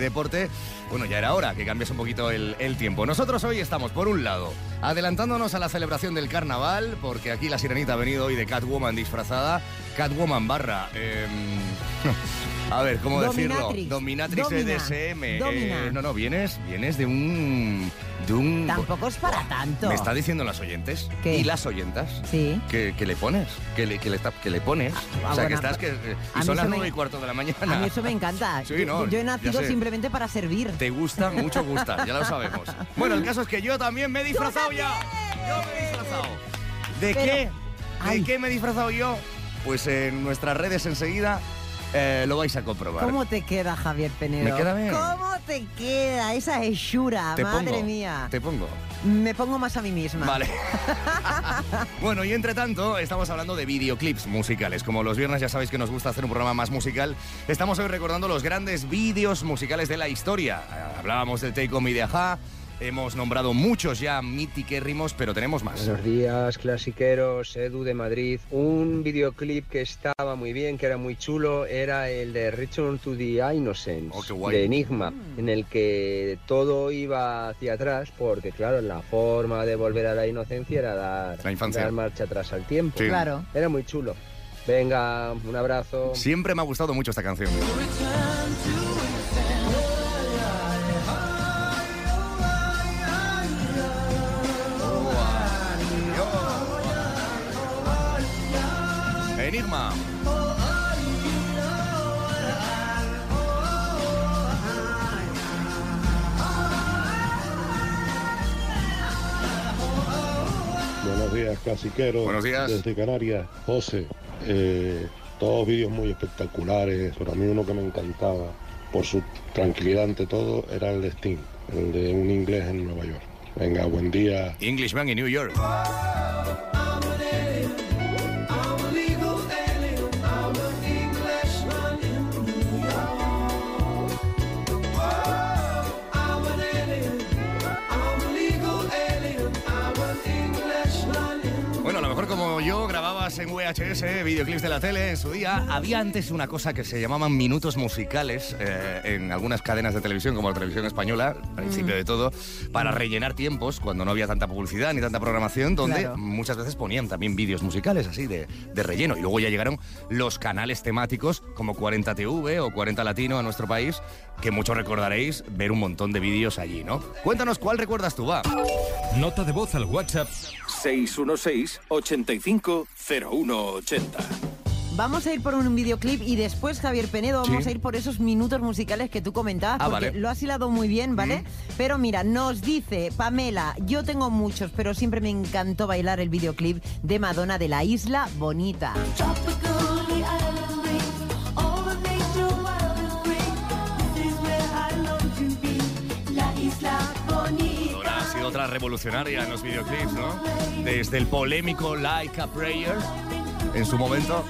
Speaker 2: deporte. Bueno, ya era hora que cambies un poquito el, el tiempo. Nosotros hoy estamos, por un lado, adelantándonos a la celebración del carnaval, porque aquí la sirenita ha venido hoy de Catwoman disfrazada, Catwoman barra... em, A ver, ¿cómo decirlo?
Speaker 4: Dominatrix.
Speaker 2: Dominatrix
Speaker 4: Domina.
Speaker 2: EDSM. Eh,
Speaker 4: Domina.
Speaker 2: no, no, vienes, vienes de un. De un
Speaker 4: Tampoco es para tanto.
Speaker 2: Me está diciendo las oyentes.
Speaker 4: ¿Qué?
Speaker 2: Y las oyentas.
Speaker 4: Sí.
Speaker 2: Que, que le pones. Que le, que le, tap- que le pones.
Speaker 4: Ah,
Speaker 2: o sea,
Speaker 4: bueno,
Speaker 2: que estás. Que, eh,
Speaker 4: a
Speaker 2: y
Speaker 4: mí
Speaker 2: son las
Speaker 4: eso me-
Speaker 2: nueve y cuarto de la mañana.
Speaker 4: A mí eso me encanta.
Speaker 2: Sí, no,
Speaker 4: Yo he
Speaker 2: ya
Speaker 4: nacido
Speaker 2: sé.
Speaker 4: simplemente para servir.
Speaker 2: Te gusta, mucho gusta, ya lo sabemos. Bueno, el caso es que yo también me he disfrazado ya. Yo me he disfrazado. ¿De
Speaker 4: Pero-
Speaker 2: qué? ¿De
Speaker 4: Ay.
Speaker 2: qué me he disfrazado yo? Pues en nuestras redes enseguida eh, lo vais a comprobar.
Speaker 4: ¿Cómo te queda, Javier Penedo?
Speaker 2: Me queda bien.
Speaker 4: ¿Cómo te queda esa hechura?
Speaker 2: Te
Speaker 4: Madre
Speaker 2: pongo,
Speaker 4: mía.
Speaker 2: Te pongo.
Speaker 4: Me pongo más a mí misma.
Speaker 2: Vale. bueno, y entre tanto, estamos hablando de videoclips musicales. Como los viernes ya sabéis que nos gusta hacer un programa más musical, estamos hoy recordando los grandes vídeos musicales de la historia. Eh, Hablábamos del Take On Me de Ajá, hemos nombrado muchos ya mitiquérrimos, pero tenemos más.
Speaker 12: Buenos días, clasiqueros, Edu de Madrid. Un videoclip que estaba muy bien, que era muy chulo, era el de Return to the Innocence,
Speaker 2: Oh, qué guay.
Speaker 12: de Enigma, en el que todo iba hacia atrás, porque claro, la forma de volver a la inocencia era dar,
Speaker 2: La infancia.
Speaker 12: dar marcha atrás al tiempo.
Speaker 2: Sí.
Speaker 4: Claro.
Speaker 12: Era muy chulo. Venga, un abrazo.
Speaker 2: Siempre me ha gustado mucho esta canción. Enigma.
Speaker 13: Buenos días, clasiqueros.
Speaker 2: Buenos días.
Speaker 13: Desde Canarias, José. eh, todos vídeos muy espectaculares, pero a mí uno que me encantaba, por su tranquilidad ante todo, era el de Steam, el de un inglés en Nueva York. Venga, buen día.
Speaker 2: Englishman in New York. Bueno, a lo mejor como yo grababas en VHS videoclips de la tele en su día, había antes una cosa que se llamaban minutos musicales eh, en algunas cadenas de televisión, como la televisión española, al principio de todo, para rellenar tiempos cuando no había tanta publicidad ni tanta programación, donde
Speaker 4: Claro.
Speaker 2: muchas veces ponían también vídeos musicales así de, de relleno. Y luego ya llegaron los canales temáticos como 40TV o 40 Latino a nuestro país, que muchos recordaréis ver un montón de vídeos allí, ¿no? Cuéntanos cuál recuerdas tú, va.
Speaker 1: Nota de voz al WhatsApp 616 850180.
Speaker 4: Vamos a ir por un videoclip y después, Javier Penedo, vamos
Speaker 2: Sí.
Speaker 4: a ir por esos minutos musicales que tú comentabas,
Speaker 2: Ah,
Speaker 4: porque
Speaker 2: vale.
Speaker 4: lo has hilado muy bien, ¿vale? Pero mira, nos dice Pamela, yo tengo muchos, pero siempre me encantó bailar el videoclip de Madonna de La Isla Bonita.
Speaker 2: Ahora ha sido otra revolucionaria en los videoclips, ¿no? Desde el polémico Like a Prayer, en su momento,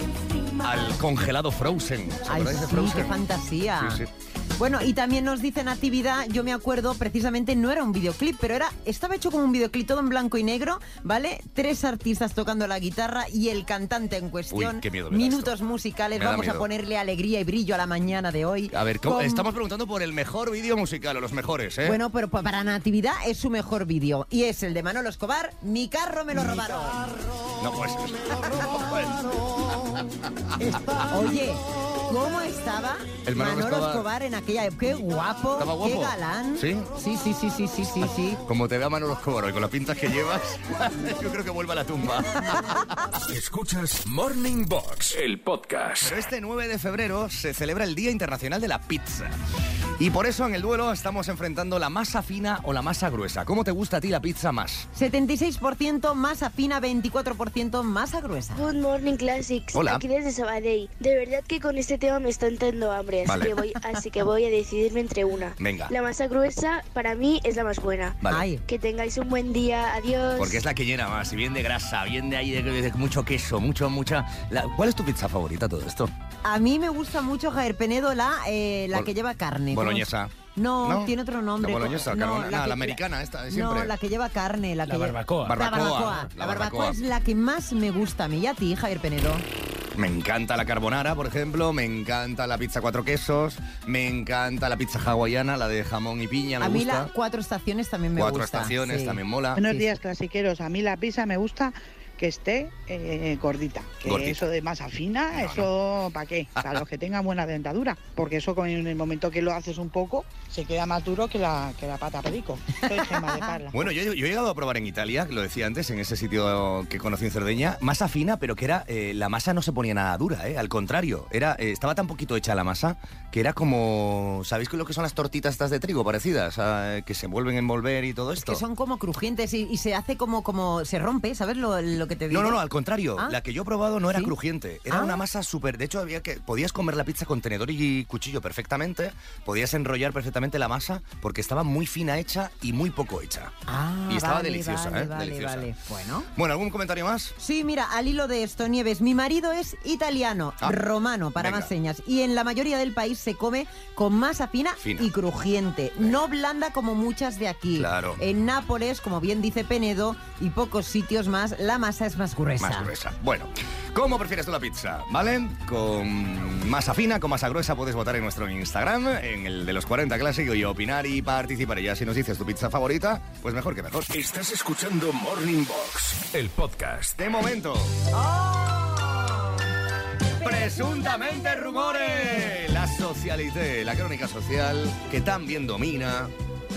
Speaker 2: al congelado Frozen. ¿Os
Speaker 4: Ay,
Speaker 2: acordáis de
Speaker 4: sí, qué
Speaker 2: Frozen?
Speaker 4: fantasía.
Speaker 2: Sí, sí.
Speaker 4: Bueno, y también nos dice Natividad, yo me acuerdo, precisamente no era un videoclip, pero era estaba hecho como un videoclip todo en blanco y negro, ¿vale? Tres artistas tocando la guitarra y el cantante en cuestión.
Speaker 2: Uy, qué miedo me da
Speaker 4: Minutos musicales,
Speaker 2: Me da
Speaker 4: vamos a
Speaker 2: miedo.
Speaker 4: ponerle alegría y brillo a la mañana de hoy.
Speaker 2: A ver, ¿cómo-
Speaker 4: Con-
Speaker 2: estamos preguntando por el mejor vídeo musical o los mejores, ¿eh?
Speaker 4: Bueno, pero pa- para Natividad es su mejor vídeo y es el de Manolo Escobar, Mi carro me lo robaron.
Speaker 2: No, pues.
Speaker 4: Está- Oye, ¿cómo estaba
Speaker 2: El Manolo
Speaker 4: Manolo,
Speaker 2: Escobar.
Speaker 4: Escobar. en aquella época? Qué guapo,
Speaker 2: Estaba guapo.
Speaker 4: qué galán.
Speaker 2: ¿Sí?
Speaker 4: Sí, sí, sí, sí, sí, sí, sí.
Speaker 2: Como te vea Manolo Escobar hoy con las pintas que llevas, yo creo que vuelve a la tumba.
Speaker 1: Escuchas Morning Box, el podcast.
Speaker 2: Pero este 9 de febrero se celebra el Día Internacional de la Pizza. Y por eso en el duelo estamos enfrentando la masa fina o la masa gruesa. ¿Cómo te gusta a ti la pizza más?
Speaker 4: 76% masa fina, 24% masa gruesa.
Speaker 14: Good Morning Classics,
Speaker 2: Hola.
Speaker 14: aquí desde Sabadell. De verdad que con este tema me está entrando hambre, así,
Speaker 2: Vale.
Speaker 14: que voy, así que voy a decidirme entre una.
Speaker 2: Venga.
Speaker 14: La masa gruesa para mí es la más buena.
Speaker 2: Vale. Ay.
Speaker 14: Que tengáis un buen día, adiós.
Speaker 2: Porque es la que llena más, y bien de grasa, bien de ahí de, de mucho queso, mucho, mucha. la- ¿Cuál es tu pizza favorita todo esto?
Speaker 4: A mí me gusta mucho, Javier Penedo, la, eh, la
Speaker 2: Bol-
Speaker 4: que lleva carne. ¿Cómo
Speaker 2: Boloñesa.
Speaker 4: es? No,
Speaker 2: ¿No?
Speaker 4: tiene otro nombre.
Speaker 2: La boloñesa,
Speaker 4: No,
Speaker 2: carbona- nada,
Speaker 4: que-
Speaker 2: la americana esta de
Speaker 4: No,
Speaker 2: siempre.
Speaker 4: la que lleva carne. La, que lleva-
Speaker 2: barbacoa.
Speaker 4: La
Speaker 2: Barbacoa,
Speaker 4: barbacoa.
Speaker 2: la
Speaker 4: La barbacoa
Speaker 2: barbacoa.
Speaker 4: es la que más me gusta a mí y a ti, Javier Penedo.
Speaker 2: Me encanta la carbonara, por ejemplo, me encanta la pizza cuatro quesos, me encanta la pizza hawaiana, la de jamón y piña, me
Speaker 4: a mí
Speaker 2: gusta.
Speaker 4: las cuatro estaciones también me
Speaker 2: Cuatro
Speaker 4: gusta.
Speaker 2: estaciones también mola.
Speaker 15: Buenos
Speaker 2: Sí,
Speaker 15: días, clasiqueros. A mí la pizza me gusta que esté eh, gordita. Que
Speaker 2: Gordita.
Speaker 15: eso de masa fina, eso para qué. Para los que tengan buena dentadura. Porque eso con- en el momento que lo haces un poco, se queda más duro que la, que la pata perico. Soy Gemma de Parla.
Speaker 2: Bueno, yo, yo he llegado a probar en Italia, lo decía antes, en ese sitio que conocí en Cerdeña, masa fina, pero que era, eh, la masa no se ponía nada dura, ¿eh? al contrario, era, eh, estaba tan poquito hecha la masa que era como, ¿sabéis qué es lo que son las tortitas estas de trigo parecidas? Ah, que se vuelven a envolver y todo esto.
Speaker 4: Que son como crujientes y, y se hace como, como se rompe, ¿sabes lo, lo que te digo?
Speaker 2: No, no, no, al contrario.
Speaker 4: Ah.
Speaker 2: La que yo he probado no era
Speaker 4: ¿Sí?
Speaker 2: crujiente. Era
Speaker 4: Ah.
Speaker 2: una masa súper. De hecho, había que. Podías comer la pizza con tenedor y cuchillo perfectamente. Podías enrollar perfectamente la masa porque estaba muy fina hecha y muy poco hecha.
Speaker 4: Ah,
Speaker 2: y estaba
Speaker 4: vale,
Speaker 2: deliciosa,
Speaker 4: vale,
Speaker 2: ¿eh?
Speaker 4: vale,
Speaker 2: deliciosa.
Speaker 4: vale. Bueno.
Speaker 2: Bueno, ¿algún comentario más?
Speaker 4: Sí, mira, al hilo de esto, Nieves, mi marido es italiano,
Speaker 2: Ah,
Speaker 4: romano, para
Speaker 2: venga.
Speaker 4: más señas, y en la mayoría del país se come con masa fina,
Speaker 2: Fina.
Speaker 4: y crujiente, no blanda como muchas de aquí.
Speaker 2: Claro.
Speaker 4: En Nápoles, como bien dice Penedo, y pocos sitios más, la masa es más gruesa.
Speaker 2: Más gruesa. Bueno, ¿cómo prefieres tú la pizza? ¿Vale? Con masa fina, con masa gruesa, puedes votar en nuestro Instagram, en el de los 40 Clásico, y opinar y participar. Y ya si nos dices tu pizza favorita, pues mejor que mejor.
Speaker 1: Estás escuchando Morning Box, el podcast.
Speaker 2: De momento.
Speaker 4: Oh.
Speaker 2: Presuntamente rumores. La socialité, la crónica social que tan bien domina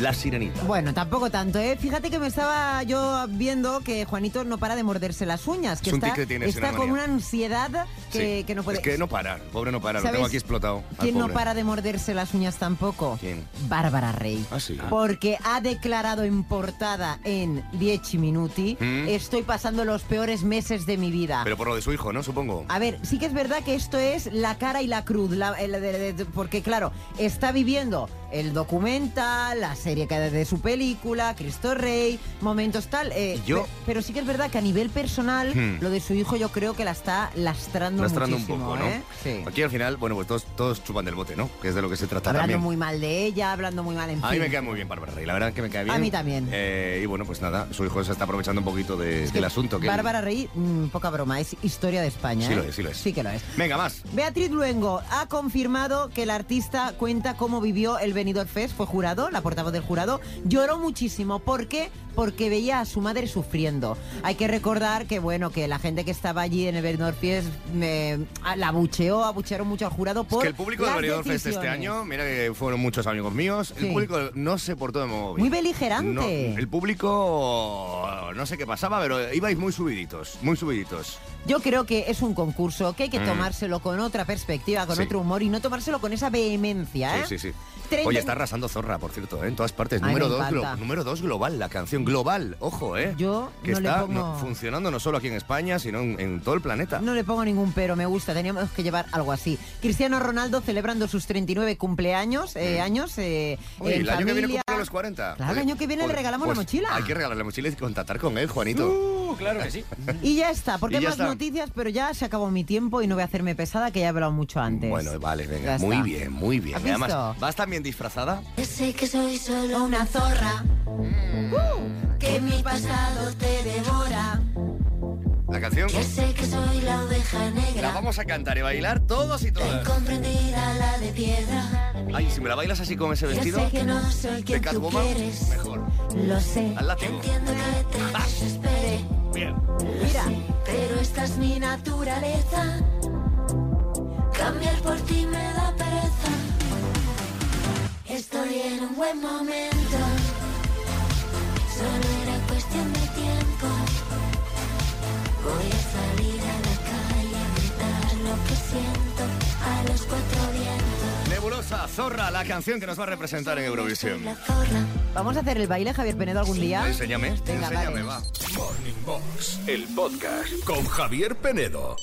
Speaker 2: la sirenita.
Speaker 4: Bueno, tampoco tanto, ¿eh? Fíjate que me estaba yo viendo que Juanito no para de morderse las uñas, que
Speaker 2: Es un
Speaker 4: está,
Speaker 2: tic que tiene, es una
Speaker 4: está con
Speaker 2: manía.
Speaker 4: una ansiedad que,
Speaker 2: Sí.
Speaker 4: que no puede...
Speaker 2: Es que no para, el pobre no para, lo
Speaker 4: ¿Sabes
Speaker 2: tengo aquí explotado. al
Speaker 4: ¿Quién no
Speaker 2: pobre.
Speaker 4: para de morderse las uñas tampoco?
Speaker 2: ¿Quién?
Speaker 4: Bárbara Rey.
Speaker 2: Ah, sí.
Speaker 4: Porque ha declarado en portada en 10 minuti,
Speaker 2: Mm.
Speaker 4: estoy pasando los peores meses de mi vida.
Speaker 2: Pero por lo de su hijo, ¿no? Supongo.
Speaker 4: A ver, sí que es verdad que esto es la cara y la cruz, la- el- de- de- de- porque claro, está viviendo el documental, la serie que de su película, Cristo Rey, momentos tal. eh,
Speaker 2: Yo-
Speaker 4: pe- pero sí que es verdad que a nivel personal,
Speaker 2: Hmm.
Speaker 4: lo de su hijo yo creo que la está lastrando,
Speaker 2: Lastrando un
Speaker 4: muchísimo,
Speaker 2: poco, ¿no?
Speaker 4: ¿eh?
Speaker 2: Aquí al final, bueno, pues todos, todos chupan del bote, ¿no? Que es de lo que se trata
Speaker 4: Hablando
Speaker 2: también.
Speaker 4: muy mal de ella, hablando muy mal en
Speaker 2: A mí
Speaker 4: fin.
Speaker 2: me cae muy bien Bárbara Rey, la verdad es que me cae bien.
Speaker 4: A mí también.
Speaker 2: Eh, y bueno, pues nada, su hijo se está aprovechando un poquito de- del asunto. que-
Speaker 4: Bárbara Rey, mm, poca broma, es historia de España.
Speaker 2: Sí
Speaker 4: ¿eh?
Speaker 2: lo es, sí lo es.
Speaker 4: Sí que lo es.
Speaker 2: Venga, más.
Speaker 4: Beatriz Luengo ha confirmado que el artista cuenta cómo vivió el Benidorm Fest, fue jurado, la portavoz del jurado, lloró muchísimo. ¿Por qué? Porque veía a su madre sufriendo. Hay que recordar que, bueno, que la gente que estaba allí en el Benidorm Fest me, a- la abucheó, abuchearon mucho al jurado por
Speaker 2: que el público del
Speaker 4: las
Speaker 2: Benidorm Fest este
Speaker 4: decisiones.
Speaker 2: año, mira que fueron muchos amigos míos,
Speaker 4: Sí.
Speaker 2: el público no se portó de modo bien.
Speaker 4: Muy beligerante.
Speaker 2: No, el público, no sé qué pasaba, pero ibais muy subiditos, muy subiditos.
Speaker 4: Yo creo que es un concurso que hay que
Speaker 2: Mm.
Speaker 4: tomárselo con otra perspectiva, con
Speaker 2: Sí.
Speaker 4: otro humor y no tomárselo con esa vehemencia, ¿eh?
Speaker 2: Sí, sí, sí.
Speaker 4: Treinta y-
Speaker 2: Oye, está arrasando Zorra, por cierto, ¿eh? en todas partes.
Speaker 4: Ay,
Speaker 2: número,
Speaker 4: me
Speaker 2: dos, glo-
Speaker 4: encanta.
Speaker 2: número dos global, la canción global, ojo, ¿eh?
Speaker 4: Yo
Speaker 2: que
Speaker 4: no le
Speaker 2: está
Speaker 4: pongo-
Speaker 2: no- funcionando no solo aquí en España, sino en, en todo el planeta.
Speaker 4: No le pongo ningún pero, me gusta, teníamos que llevar algo así. Cristiano Ronaldo celebrando sus 39 cumpleaños, eh, años eh,
Speaker 2: Mm. Uy,
Speaker 4: en
Speaker 2: el año que viene
Speaker 4: familia.
Speaker 2: cumple los 40.
Speaker 4: Claro, el año que viene le regalamos la mochila.
Speaker 2: pues, Hay que regalar la mochila y contactar con él, Juanito.
Speaker 5: Uh, claro que sí.
Speaker 4: Y ya está, porque
Speaker 2: Y
Speaker 4: hay
Speaker 2: ya
Speaker 4: más
Speaker 2: está.
Speaker 4: noticias, pero ya se acabó mi tiempo y no voy a hacerme pesada, que ya he hablado mucho antes.
Speaker 2: Bueno, vale, venga.
Speaker 4: Ya
Speaker 2: Muy
Speaker 4: está.
Speaker 2: bien, muy bien.
Speaker 4: ¿Has
Speaker 2: Y Además,
Speaker 4: visto?
Speaker 2: ¿vas también disfrazada?
Speaker 3: sé que soy solo una zorra.
Speaker 4: Mm.
Speaker 3: Que mi pasado te devora.
Speaker 2: La canción.
Speaker 3: Que sé que soy la oveja
Speaker 2: La
Speaker 3: negra.
Speaker 2: vamos a cantar y bailar todos y todas.
Speaker 3: Comprendida la de piedra.
Speaker 2: Ay, si me la bailas así con ese
Speaker 3: Ya
Speaker 2: vestido.
Speaker 3: sé que no soy
Speaker 2: de
Speaker 3: quien tú
Speaker 2: Catwoman,
Speaker 3: quieres.
Speaker 2: mejor.
Speaker 3: Lo sé.
Speaker 2: Al látigo. Ah.
Speaker 3: Entiendo que te desespere.
Speaker 2: Bien.
Speaker 3: Mira, pero esta es mi naturaleza. Cambiar por ti me da pereza. Estoy en un buen momento. Solo era cuestión de tiempo. Voy a salir a la calle a gritar lo que siento a los cuatro vientos.
Speaker 2: Nebulosa, Zorra, la canción que nos va a representar en Eurovisión.
Speaker 4: Vamos a hacer el baile, Javier Penedo, algún día.
Speaker 2: Enséñame,
Speaker 4: Venga,
Speaker 2: enséñame,
Speaker 4: vale.
Speaker 2: va.
Speaker 1: Morning Box, el podcast con Javier Penedo.